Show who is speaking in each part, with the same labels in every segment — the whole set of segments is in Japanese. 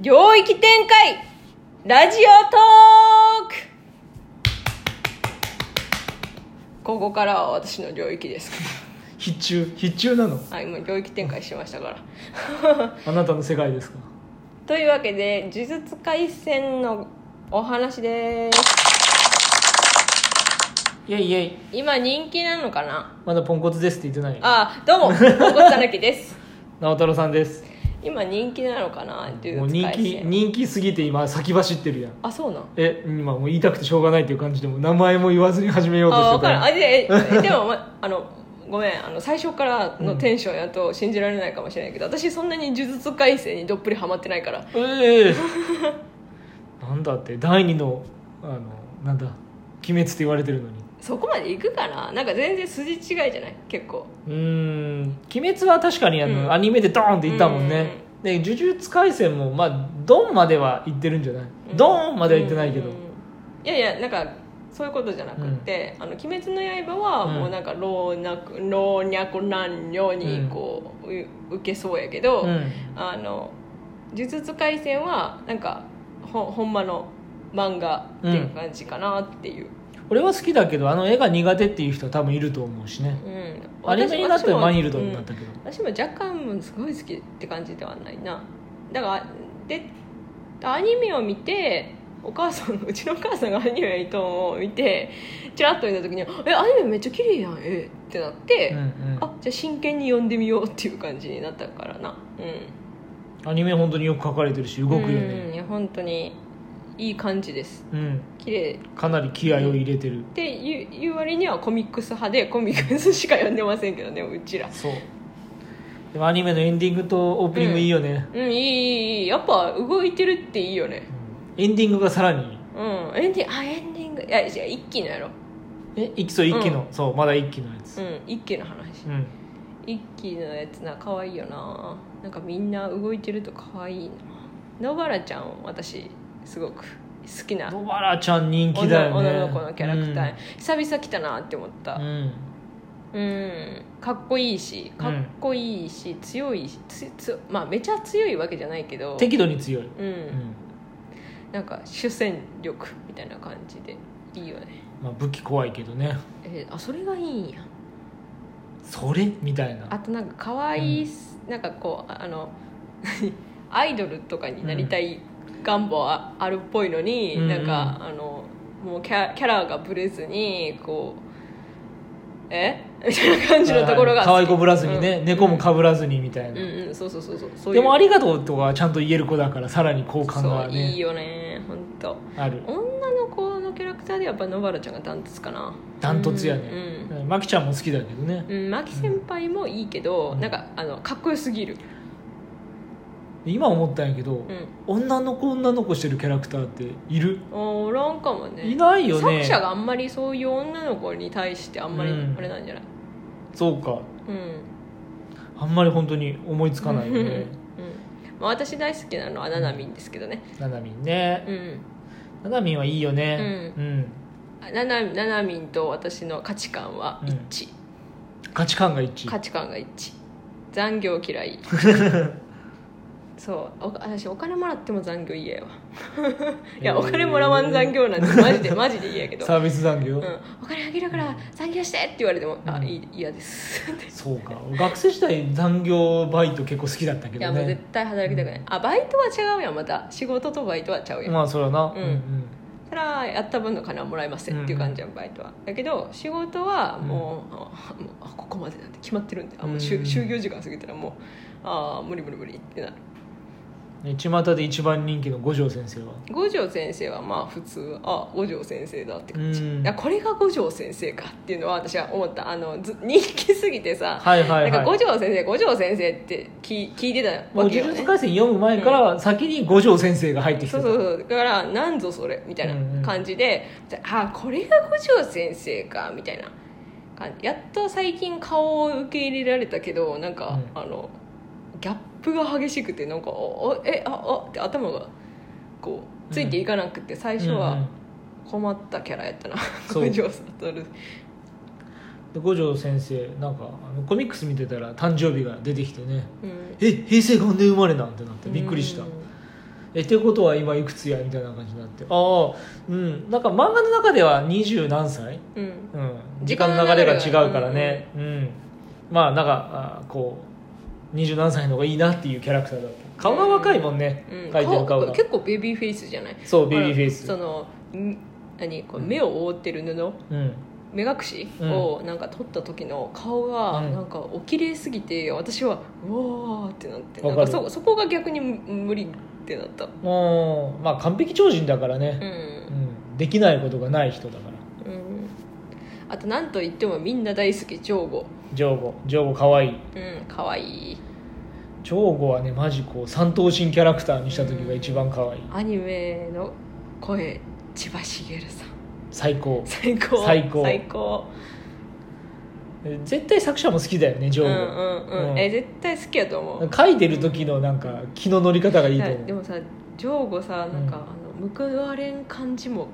Speaker 1: 領域展開ラジオトークここからは私の領域ですか
Speaker 2: 必中必中なの
Speaker 1: らあ今領域展開しましたから
Speaker 2: あなたの世界ですか
Speaker 1: というわけで呪術廻戦のお話です
Speaker 2: イエイイエイ
Speaker 1: 今人気なのかな
Speaker 2: まだポンコツですって言ってない
Speaker 1: あどうもおこたぬきです
Speaker 2: 直太朗さんです
Speaker 1: 今人気なのかな
Speaker 2: も
Speaker 1: 呪術
Speaker 2: う人
Speaker 1: 廻
Speaker 2: 気
Speaker 1: 戦
Speaker 2: 人気すぎて今先走ってるやん
Speaker 1: あそうなん
Speaker 2: え今もう言いたくてしょうがないっていう感じでもう名前も言わずに始めようとし
Speaker 1: あ
Speaker 2: て
Speaker 1: 分か
Speaker 2: た
Speaker 1: らんあ
Speaker 2: ら
Speaker 1: でえでも、ま、あのごめんあの最初からのテンションやと信じられないかもしれないけど、 私そんなに呪術改正にどっぷりハマってないから
Speaker 2: ええなんだって第二のあのなんだ鬼滅って言われてるのに
Speaker 1: そこまでいくかななんか全然筋違いじゃない結構
Speaker 2: うーん鬼滅は確かにあの、
Speaker 1: うん
Speaker 2: アニメでドーンっていったもんね、で呪術廻戦もまあドンまではいってるんじゃない、
Speaker 1: うん
Speaker 2: ドーンまではいってないけど、
Speaker 1: うんいやいやなんかそういうことじゃなくて「あの鬼滅の刃」は
Speaker 2: うん
Speaker 1: もうなんか老若老若男女にこう、う受けそうやけど、
Speaker 2: うん
Speaker 1: あの呪術廻戦はなんかほほんまの漫画っていう感じかなっていう、
Speaker 2: 俺は好きだけどあの絵が苦手っていう人は多分いると思うしね
Speaker 1: うん
Speaker 2: アニメになったらマイルドになったたけど、
Speaker 1: 私も若干すごい好きって感じではないなだからでアニメを見てお母さんうちのお母さんがアニメを見てチラッと見た時に「えアニメめっちゃ綺麗やんえってなって、
Speaker 2: うんうん
Speaker 1: あじゃあ真剣に読んでみようっていう感じになったからなうん
Speaker 2: アニメ本当によく描かれてるし動くよ
Speaker 1: うん
Speaker 2: ね
Speaker 1: いや本当にいい感じです
Speaker 2: うん、
Speaker 1: 綺麗
Speaker 2: かなり気合を入れてる、
Speaker 1: って言う言う割にはコミックス派でコミックスしか読んでませんけどねうちら
Speaker 2: そうでもアニメのエンディングとオープニングいいよね、
Speaker 1: うんいいいいいいやっぱ動いてるっていいよね
Speaker 2: うんエンディングがさらに
Speaker 1: うんエンディングあエンディングいやじゃあ一期のやろ
Speaker 2: え一そう一期の、そうまだ一期のやつ
Speaker 1: うん一期の話
Speaker 2: うん、
Speaker 1: 一期のやつな可愛いよななんかみんな動いてると可愛いな野原ちゃん私すごく好きな
Speaker 2: 野原ちゃん人気だ
Speaker 1: 女
Speaker 2: よね
Speaker 1: 女の子のキャラクター、久々来たなって思った
Speaker 2: うん、うん
Speaker 1: うんかっこいいしかっこいいし、強いしつつまあめちゃ強いわけじゃないけど
Speaker 2: 適度に強い、
Speaker 1: うん、
Speaker 2: うん
Speaker 1: なんか主戦力みたいな感じでいいよね
Speaker 2: まあ、武器怖いけどね
Speaker 1: えーあそれがいいんや
Speaker 2: それみたいな
Speaker 1: あとなんか可愛い、なんかこうああの アイドルとかになりたい願望はあるっぽいのに、
Speaker 2: うん
Speaker 1: なんかあのもうキャキャラがぶれずにこうえ みたいな感じのところが
Speaker 2: はいはい可愛い子ぶらずにね、
Speaker 1: うん
Speaker 2: 猫もかぶらずにみたい
Speaker 1: うん
Speaker 2: な、
Speaker 1: うんそうそうそうそうそうい
Speaker 2: で
Speaker 1: う
Speaker 2: も「ありがとう」とかちゃんと言える子だからさらに好感
Speaker 1: そ
Speaker 2: が
Speaker 1: ういい
Speaker 2: ね
Speaker 1: よね本当
Speaker 2: ある
Speaker 1: 女の子のキャラクターでやっぱ野原ちゃんがダントツかな
Speaker 2: ダントツやね
Speaker 1: うん、
Speaker 2: うんマキちゃんも好きだけどね
Speaker 1: うん、マキ先輩もいいけど、
Speaker 2: うん
Speaker 1: なんかあのかっこよすぎる、
Speaker 2: 今思ったんやけど、
Speaker 1: うん、
Speaker 2: 女の子女の子してるキャラクターっている
Speaker 1: おらんかもね
Speaker 2: いないよね
Speaker 1: 作者があんまりそういう女の子に対してあんまり
Speaker 2: うん
Speaker 1: あれなんじゃない
Speaker 2: そうか
Speaker 1: うん、
Speaker 2: あんまり本当に思いつかないよね
Speaker 1: うんまあ、私大好きなのはななみんですけどね
Speaker 2: ななみんね
Speaker 1: うん
Speaker 2: ななみんはいいよねうん、
Speaker 1: ななななみんと私の価値観は一致、
Speaker 2: 価値観が一
Speaker 1: 価
Speaker 2: 致
Speaker 1: 値観が一致残業嫌 いそうお私お金もらっても残業嫌 やわいや、お金もらわん残業なんてマジでマジで嫌やけど、
Speaker 2: サービス残業、
Speaker 1: うん、お金あげるから残業してって言われても、あ
Speaker 2: うん
Speaker 1: いい嫌ですって
Speaker 2: そうか学生時代残業バイト結構好きだったけ
Speaker 1: いや
Speaker 2: ど
Speaker 1: もう絶
Speaker 2: ね
Speaker 1: 対働きたくない、あバイトは違うやんまた仕事とバイトはちゃうやん、
Speaker 2: まあそれはな、
Speaker 1: んそれはやった分の金はもらえませんっていう感じやんバイトはだけど仕事はもう,あ、もうあここまでなんて決まってるんであもう、就
Speaker 2: うん
Speaker 1: 就業時間過ぎたらもうああ無理無理無理ってなる
Speaker 2: うんね巷で一番人気の五条先生は
Speaker 1: 五条先生はまあ普通あ五条先生だって感じ、
Speaker 2: うん
Speaker 1: いやこれが五条先生かっていうのは私は思ったあのず人気すぎてさ、
Speaker 2: はいはいはい
Speaker 1: なんか五条先生五条先生って聞聞いてた
Speaker 2: もう
Speaker 1: わ
Speaker 2: 呪
Speaker 1: けよ
Speaker 2: 術
Speaker 1: ね
Speaker 2: 廻戦読む前から先に五条先生が入ってきて
Speaker 1: そ
Speaker 2: た
Speaker 1: うそうそうだから「なんぞそれ」みたいな感じで「であこれが五条先生か」みたいな感じやっと最近顔を受け入れられたけどなんか、
Speaker 2: う
Speaker 1: あのギャップが激しくてなんか「おおえああって頭がこうついていかなくて、最初
Speaker 2: うんうん
Speaker 1: は困ったキャラやったな、
Speaker 2: そう
Speaker 1: 五条悟
Speaker 2: で五条先生なんかあのコミックス見てたら誕生日が出てきてね
Speaker 1: うん
Speaker 2: え平成元年生まれなんてなってびっくりした、
Speaker 1: うん
Speaker 2: えってことは今いくつやみたいな感じになってああうんなんか漫画の中では二十何歳、
Speaker 1: うん
Speaker 2: うん、時
Speaker 1: 時
Speaker 2: 間
Speaker 1: 間
Speaker 2: の
Speaker 1: の
Speaker 2: 流
Speaker 1: 流
Speaker 2: れ
Speaker 1: れ
Speaker 2: が
Speaker 1: が
Speaker 2: 違うからね、うんまあなんかあこう二十何歳の方がいいなっていうキャラクターだった顔が若いもんね、
Speaker 1: うん、
Speaker 2: 描いてる顔
Speaker 1: 顔
Speaker 2: が
Speaker 1: 結構ベビーフェイスじゃない
Speaker 2: そうベビーフェイス
Speaker 1: そのん何こう目を覆ってる布
Speaker 2: うん
Speaker 1: 目隠しをなんか取った時の顔が
Speaker 2: うん
Speaker 1: なんかお綺麗すぎて私はうわーってなって
Speaker 2: わ
Speaker 1: な
Speaker 2: か
Speaker 1: ん
Speaker 2: る
Speaker 1: かそそこが逆に無理ってなった
Speaker 2: もうまあ完璧超人だから
Speaker 1: う、
Speaker 2: ね、うんん、できないことがない人だから
Speaker 1: うん、あとなんといってもみんな大好きジョーゴ
Speaker 2: ジョーゴジョーゴかわいい
Speaker 1: うんかわいい
Speaker 2: ジョーゴはねマジこう三頭身キャラクターにした時が一番かわいい
Speaker 1: アニメの声千葉茂さん
Speaker 2: 最高
Speaker 1: 最高
Speaker 2: 最高
Speaker 1: 最高
Speaker 2: え絶対作者も好きだよねジョ
Speaker 1: うん
Speaker 2: ーゴ、
Speaker 1: うんう
Speaker 2: う
Speaker 1: んんえ絶対好きやと思う
Speaker 2: 書いてる時のなんか気の乗り方がいいと
Speaker 1: いや
Speaker 2: 思
Speaker 1: で
Speaker 2: う
Speaker 1: もさジョーゴさなんか、
Speaker 2: うん
Speaker 1: あの報われん感じも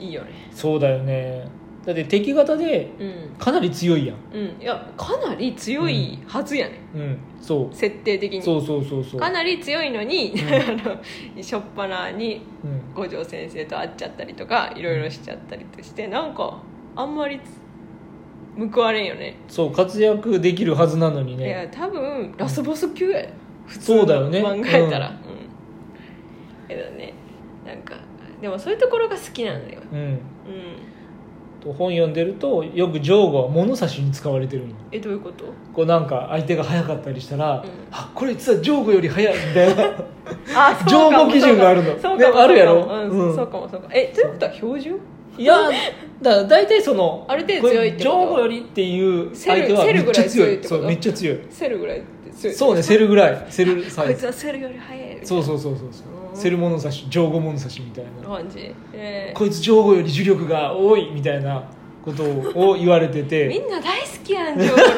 Speaker 1: いいよね
Speaker 2: そうだよねだって敵型で
Speaker 1: うん
Speaker 2: かなり強いやん
Speaker 1: うんいやかなり強いはずやね、
Speaker 2: うんそ
Speaker 1: 設定的
Speaker 2: う
Speaker 1: に
Speaker 2: そうそうそうそう
Speaker 1: かなり強いのに、
Speaker 2: うん
Speaker 1: あのしょっぱなに
Speaker 2: うん、
Speaker 1: 五条先生と会っちゃったりとかいろいろしちゃったりとしてなんかあんまりつ報われんよね
Speaker 2: そう活躍できるはずなのに
Speaker 1: い
Speaker 2: ね
Speaker 1: や多分ラスボス級や、普通
Speaker 2: そうだよね
Speaker 1: 考えたら、うんけどねなんかでもそういうところが好きなのよ
Speaker 2: うん
Speaker 1: うん
Speaker 2: と本読んでるとよくジョーゴは物差しに使われてるの
Speaker 1: えどういうこと
Speaker 2: こうなんか相手が速かったりしたら、
Speaker 1: うん
Speaker 2: あこれ実はジョーゴより速いみたいな
Speaker 1: あ
Speaker 2: 情報基準があるの
Speaker 1: そう
Speaker 2: ね
Speaker 1: かも
Speaker 2: あるやろ
Speaker 1: そうか
Speaker 2: う
Speaker 1: も
Speaker 2: ん
Speaker 1: うんそうかもそうかもえということは標準
Speaker 2: いやだ大体その
Speaker 1: ある程度強いってこと
Speaker 2: これジョーゴよりっていう相手は
Speaker 1: セ
Speaker 2: め
Speaker 1: ル
Speaker 2: っちゃ強
Speaker 1: セルぐらい強いって
Speaker 2: い
Speaker 1: こと
Speaker 2: そうめっちゃ強い
Speaker 1: セルぐらいって強い
Speaker 2: そうねセルぐらいセルサ
Speaker 1: こ
Speaker 2: イ
Speaker 1: いつ
Speaker 2: ズ
Speaker 1: はセルより速いみたい
Speaker 2: そうそうそうそうそう
Speaker 1: うん
Speaker 2: セル物差しジョーゴ物差しみたい
Speaker 1: な
Speaker 2: な
Speaker 1: 感じえー
Speaker 2: こいつジョーゴより呪力が多いみたいなことをを言われて
Speaker 1: み
Speaker 2: て
Speaker 1: んな大好きやん情報のこ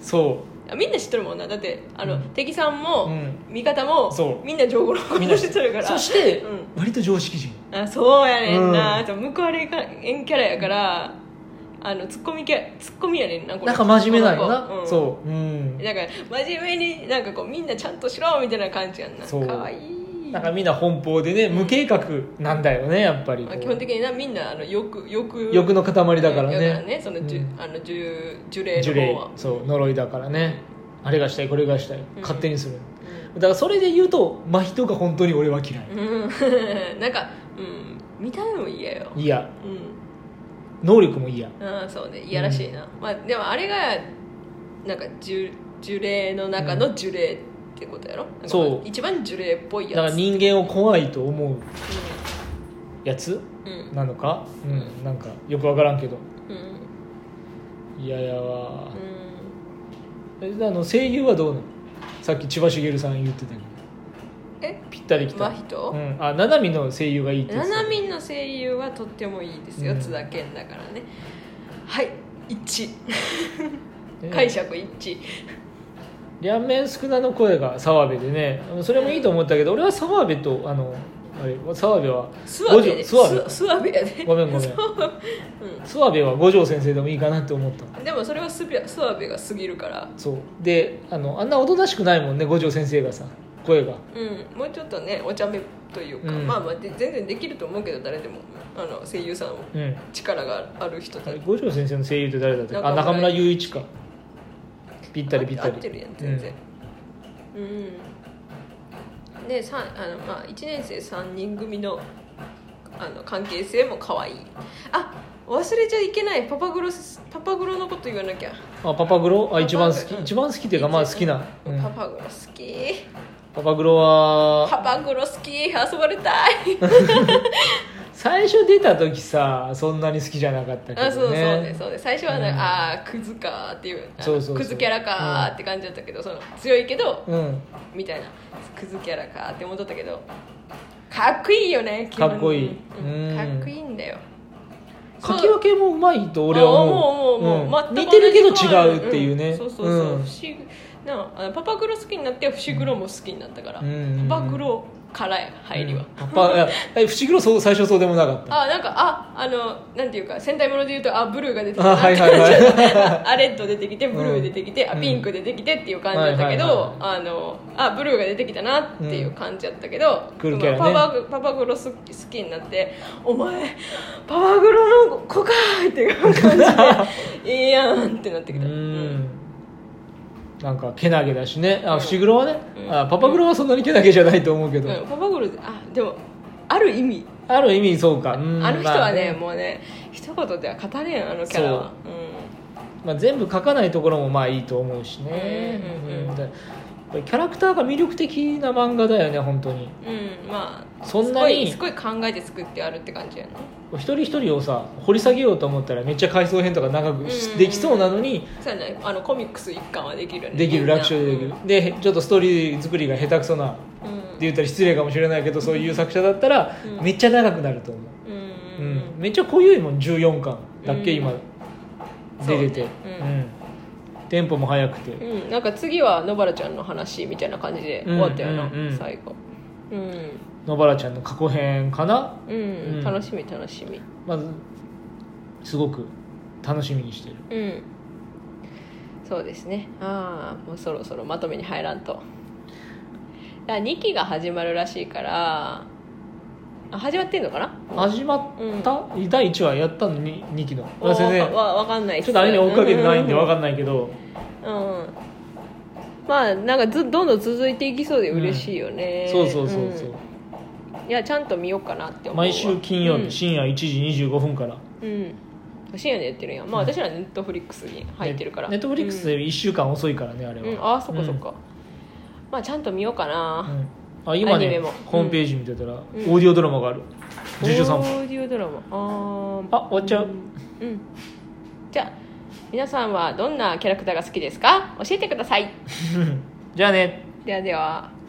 Speaker 2: そ
Speaker 1: と あみんな知っとるもんなだってあの、
Speaker 2: うん
Speaker 1: 敵さん
Speaker 2: う、う
Speaker 1: も、
Speaker 2: ん、
Speaker 1: 味方も
Speaker 2: そう
Speaker 1: みんな情報のこ
Speaker 2: みんな
Speaker 1: と知
Speaker 2: 知っ
Speaker 1: っとるから
Speaker 2: そして、
Speaker 1: うん
Speaker 2: 割と常識人
Speaker 1: あそうやねんな、そう向こうあれかえんキャラやからあのツッコミキャツッコミやねんなこの
Speaker 2: なんか真面目なんよ
Speaker 1: この
Speaker 2: な、
Speaker 1: 子うん
Speaker 2: そううん
Speaker 1: だから真面目になんかこうみんなちゃんとしろみたいな感じやんな
Speaker 2: そう
Speaker 1: かわいい
Speaker 2: なんかみんな奔放でね無計画なんだよねやっぱり
Speaker 1: まあ、基本的になみんなあのよくよく
Speaker 2: 欲の塊だからね
Speaker 1: そのじゅ、
Speaker 2: うん
Speaker 1: あのじゅ呪霊
Speaker 2: 呪
Speaker 1: の
Speaker 2: 霊
Speaker 1: 方は
Speaker 2: そう呪いだからねあれがしたいこれがしたい勝手にする、
Speaker 1: う
Speaker 2: だからそれで言うと真人が本当に俺は嫌い、
Speaker 1: うんなんか、うん、見た目も嫌よ
Speaker 2: いや
Speaker 1: うん
Speaker 2: 能力も嫌
Speaker 1: ああそうねいやらしいな、まあ、でもあれがなんか呪呪霊の中の呪霊ってことやろなんか
Speaker 2: そう
Speaker 1: 一番呪霊っぽい
Speaker 2: だか
Speaker 1: や
Speaker 2: ら
Speaker 1: つ
Speaker 2: 人間を怖いと思うやつ
Speaker 1: うんうん
Speaker 2: なのかうんなんかよく分からんけど
Speaker 1: うん
Speaker 2: 嫌やわえあの声優はどうなのさっき千葉茂さん言ってたけど
Speaker 1: え
Speaker 2: ぴったりきた
Speaker 1: 真人
Speaker 2: うん、あ七海の声優がいいって言っ
Speaker 1: な
Speaker 2: てた
Speaker 1: なみんの声優はとってもいいですよ、
Speaker 2: うん
Speaker 1: 津田健だからねはい一
Speaker 2: ね
Speaker 1: 解釈一
Speaker 2: 両面宿儺の声が澤部でねそれもいいと思ったけど俺は澤部とあのあれ澤部は
Speaker 1: 諏訪部やで
Speaker 2: 五条
Speaker 1: 諏訪部やで
Speaker 2: 諏訪部ごめん ごめん諏訪部は五条先生でもいいかなって思った
Speaker 1: でもそれは諏訪諏訪部が過ぎるから
Speaker 2: そうであのあんなおとなしくないもんね五条先生がさ声が
Speaker 1: うんもうちょっとねお茶目というか、
Speaker 2: うん
Speaker 1: まあまあで全然できると思うけど誰でもあの声優さんの
Speaker 2: うん
Speaker 1: 力がある人
Speaker 2: あ
Speaker 1: た
Speaker 2: れ
Speaker 1: ち
Speaker 2: 五条先生の声優って誰だったっけあ中
Speaker 1: 中
Speaker 2: 村
Speaker 1: 村
Speaker 2: 雄一かぴったりぴった
Speaker 1: 合ってる
Speaker 2: り
Speaker 1: やん全然うん、でさあの、まあ、1年生3人組のあの関係性も可愛いあ忘れちゃいけないパパグロスパパグロのこと言わなきゃ
Speaker 2: あパパグロあ一番好
Speaker 1: パパグ
Speaker 2: き
Speaker 1: ロ
Speaker 2: 一番好きっていうかまあ好きな、うん
Speaker 1: パパグロ好き
Speaker 2: パパグロは
Speaker 1: パパグロ好き遊ばれたい
Speaker 2: 最初出た時さそんなに好きじゃなかったけどね
Speaker 1: あそうそうねそうね最初はなん
Speaker 2: うん
Speaker 1: かああークズかーっていうあの
Speaker 2: そうそうそう
Speaker 1: クズキャラかーって感じだったけどその強いけど
Speaker 2: うん
Speaker 1: みたいなクズキャラかーって思っとったけどかっこいいよね基本
Speaker 2: かっこいい
Speaker 1: うん
Speaker 2: うん
Speaker 1: かっこいいんだよ
Speaker 2: かき分けもうまいと俺は思
Speaker 1: あも
Speaker 2: う
Speaker 1: うもうもう、
Speaker 2: うん
Speaker 1: 全
Speaker 2: 似
Speaker 1: く
Speaker 2: てるけど
Speaker 1: 同じ顔
Speaker 2: 違うっていうね、
Speaker 1: んそうそうそう、
Speaker 2: ん
Speaker 1: 不思議なあのパパグロ好きになって不思グロも好きになったから、
Speaker 2: うん
Speaker 1: パパグロ辛い入りは、
Speaker 2: うんパパいやえ伏黒そう最初そうでもなかった
Speaker 1: あなんかああのなんていうか戦隊もので言うとあブルーが出てき
Speaker 2: あ
Speaker 1: たな
Speaker 2: はいはい は
Speaker 1: あレッド出てきてブルー出てきて、
Speaker 2: うん
Speaker 1: あピンク出てきてっていう感じだったけど、
Speaker 2: はいは
Speaker 1: あ
Speaker 2: い
Speaker 1: のあブルーが出てきたなっていう感じだったけど、
Speaker 2: うんクールキャラね
Speaker 1: パパパパグロ好き好きになって「お前パワグロの子か!」っていう感じで「いいやん!」ってなって
Speaker 2: い
Speaker 1: き
Speaker 2: う
Speaker 1: た、
Speaker 2: んなんかけなげだしねあ伏黒はね、
Speaker 1: うん
Speaker 2: あパパグロはそんなにけなげじゃないと思うけど、
Speaker 1: うんパパグロあでもある意味
Speaker 2: ある意味そうか、うん
Speaker 1: あの人はね,、
Speaker 2: まあ
Speaker 1: もうね一言では語れんあのキャラは
Speaker 2: まあ、全部書かないところもまあいいと思うしね、
Speaker 1: うんうんうん
Speaker 2: だやっぱりキャラクターが魅力的な漫画だよね本当に
Speaker 1: うん、うん、まあ
Speaker 2: そんなに
Speaker 1: すごいすごい考えて作ってあるって感じやな
Speaker 2: 一人一人をさ掘り下げようと思ったらめっちゃ回想編とか長くし
Speaker 1: うんうん
Speaker 2: できそうなのに
Speaker 1: そうやねあのコミックス一巻はできるよね
Speaker 2: できる楽勝でできるでちょっとストーリー作りが下手くそな
Speaker 1: うん
Speaker 2: って言ったら失礼かもしれないけどそういう作者だったら
Speaker 1: うん
Speaker 2: めっちゃ長くなると思う、
Speaker 1: うん
Speaker 2: う
Speaker 1: うんん
Speaker 2: めっちゃ濃ゆいもん14巻だっけ、
Speaker 1: うん
Speaker 2: 今出れて
Speaker 1: そうねうん
Speaker 2: うんテンポも速くて、
Speaker 1: うん、うんなんか次は野原ちゃんの話みたいな感じで終わったよな、
Speaker 2: うんうんうん
Speaker 1: 最後うん、
Speaker 2: 野原ちゃんの過去編かな
Speaker 1: うん
Speaker 2: うん
Speaker 1: 楽しみ楽しみ
Speaker 2: まずすごく楽しみにしてる
Speaker 1: うんそうですねああもうそろそろまとめに入らんとだ2期が始まるらしいからあ始まってんのかな
Speaker 2: 始まった、第1話やったのに2期の
Speaker 1: わ
Speaker 2: 全然
Speaker 1: わわかんない
Speaker 2: ちょっとあれに追っかけてないんで分
Speaker 1: わ
Speaker 2: かんないけど、
Speaker 1: うんまあなんかずどんどん続いていきそうで嬉しいよね、
Speaker 2: そうそうそうそう、
Speaker 1: うんいやちゃんと見ようかなって思うわ
Speaker 2: 毎週金曜
Speaker 1: うん
Speaker 2: 日深夜1時25分から
Speaker 1: うん深夜でやってるんやまあ
Speaker 2: うん
Speaker 1: 私らネットフリックスに入ってるから
Speaker 2: ネットフリックスで1週間遅いからねあれ
Speaker 1: う
Speaker 2: は、
Speaker 1: ん、うんああそっかそっか、まあちゃんと見ようか
Speaker 2: うん、
Speaker 1: な、
Speaker 2: うんあ今
Speaker 1: アニメ
Speaker 2: ね
Speaker 1: も
Speaker 2: ホームページ見てたら、オ
Speaker 1: ん
Speaker 2: ーディオドラマがある
Speaker 1: オー
Speaker 2: 十
Speaker 1: デ
Speaker 2: 十三分
Speaker 1: ィオドラマあー
Speaker 2: あ終わっちゃう
Speaker 1: うん、うんじゃあ皆さんはどんなキャラクターが好きですか教えてください
Speaker 2: じゃあね
Speaker 1: ではでは